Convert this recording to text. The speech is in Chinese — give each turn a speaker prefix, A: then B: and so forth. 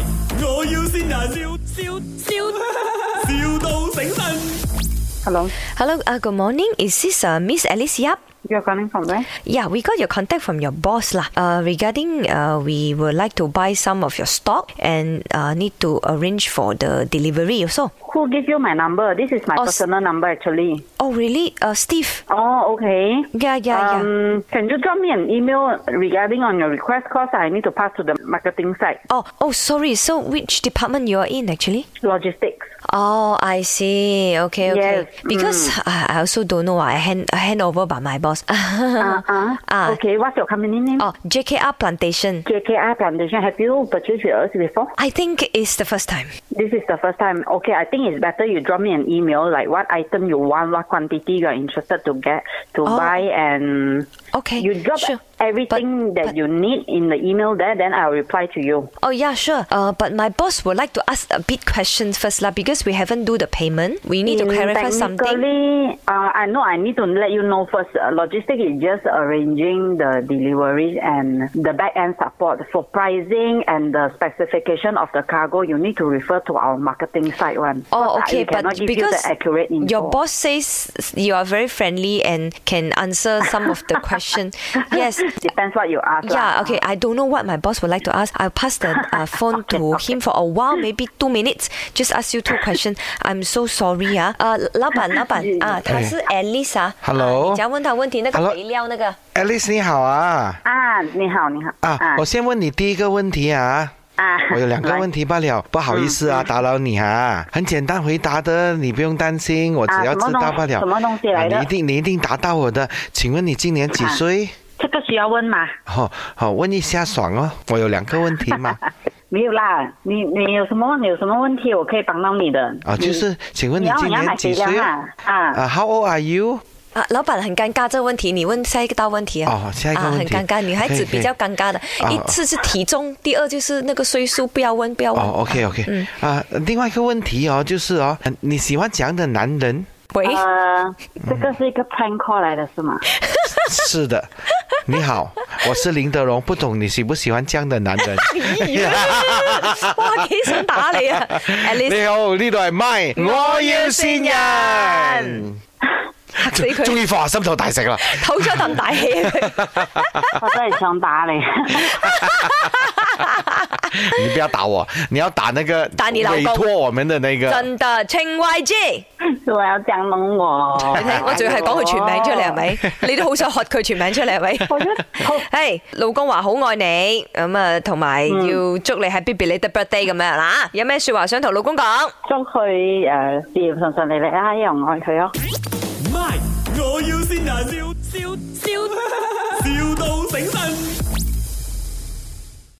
A: 我要先人，笑笑笑，,笑到醒神。
B: Hello,
C: Hello, uh, good morning. Is this uh, Miss Alice Yap?
B: you're calling from where?
C: Yeah, we got your contact from your boss lah. Uh, regarding, uh, we would like to buy some of your stock and uh, need to arrange for the delivery also.
B: Who gave you my number? This is my
C: Oh, s-
B: personal number actually.
C: Oh, really? Uh, Steve?
B: Oh, okay.
C: Yeah, yeah, yeah.
B: Um, can you drop me an email regarding on your request? Cause I need to pass to the marketing side,
C: Oh, oh, sorry. So, which department you are in actually?
B: logistics.
C: Oh, I see. Okay, okay. Hmm.
B: Yes,
C: Because uh, I, I also don't know. I hand I hand over by my boss.
B: Uh, uh,
C: Ah.
B: Okay, what's your company name?
C: oh, JKR Plantation.
B: JKR Plantation. Have you purchased with us before?
C: I think it's the first time.
B: This is the first time. Okay, I think it's better you drop me an email, like what item you want, what quantity you're interested to get, to buy, and
C: Oh. Okay.
B: you drop
C: sure.
B: everything
C: But-
B: that you need in the email there, then I'll reply to you.
C: Oh yeah, sure. Uh, but my boss would like to ask a bit questions first lah because we haven't do the payment. We need to
B: In
C: clarify something.
B: Mm, Technically, uh, I know I need to let you know first. Uh, logistics is just arranging the deliveries and the back end support for pricing and the specification of the cargo. You need to refer to our marketing site one. Because
C: Oh,
B: I
C: okay,
B: cannot
C: but
B: give you
C: because
B: the accurate info.
C: your boss says you are very friendly and can answer some of the questions. Yes.
B: depends what you ask.
C: Yeah,
B: lah.
C: okay. I don't know what my boss would like to ask. I'll pass the uh, phone
B: Okay,
C: to
B: okay.
C: him for a while, maybe two minutes. Just ask you two questions. I'm so sorry ah. Uh, 啊。呃，老板，老 板啊，他是 Ah, Alice ah. 啊。
D: Hello
C: 啊你只要问他问题，那个
D: Hello
C: 肥料那个。
D: Alice 你好啊
B: 啊，Ah, 你好，Ah, 你好
D: 啊！我先问你第一个问题啊。
B: 啊
D: Ah, oh, 我有两个
B: 来嗯
D: 问题罢了，不好意思啊，打扰你啊，很简单回答的，你不用担心，我只
B: 啊
D: 要
B: 什么
D: 知道
B: 东
D: 罢了。
B: 什么东西
D: 啊
B: 来的啊
D: 你一定你一定答到我的。请问你今年几岁？
B: 这个需要问吗？
D: 好好、问一下爽哦，我有两个问题 嘛，
B: 没有啦，你你有什么你有什么问题，我可以帮到你的。
D: 啊，就是请问
B: 你要
D: 今
B: 你要买
D: 年
B: 肥
D: 几
B: 料
D: 岁
B: 啊？啊
D: 啊，How old are you？
C: 啊，老板很尴尬这个问题，你问下一个道问题啊。
D: 哦下一个问题
C: 啊、很尴尬，女孩
D: 可
C: 子
D: 以可以
C: 比较尴尬的，
D: 哦
C: 一次是体重，第二就是那个岁数，不要问，不要问。
D: 哦，OK
B: 嗯
D: OK，啊，另外一个问题哦，就是哦，你喜欢怎样的男人？
C: 喂，
B: 呃，这个是一个 prank call 来的是 吗？
D: 是的，你好，我是林德荣，不懂你喜不喜欢这样的男人？
C: 哇，几想打你 啊，Alice，
D: 你好，呢度系麦，我要先人，
C: 嚇死佢
D: 终於放下心頭大石啦！
C: 唞咗啖大氣。
B: 我真系想打你。
D: 你不要打我，你要打那个
C: 打你老公
D: 委托我们的那个。
C: 真的，清 YG，
B: 我要讲弄我。
C: 你睇我仲要係講佢全名出嚟係咪？你都好想喝佢全名出嚟係咪？
B: 我一好
C: 诶，老公話好愛你，咁啊，同埋要祝你 Happy belated birthday 咁樣啦，有咩说話想同老公講？
B: 祝佢诶事业顺哦顺利利啊，一樣愛佢咯。
A: My，我要先人，笑笑笑。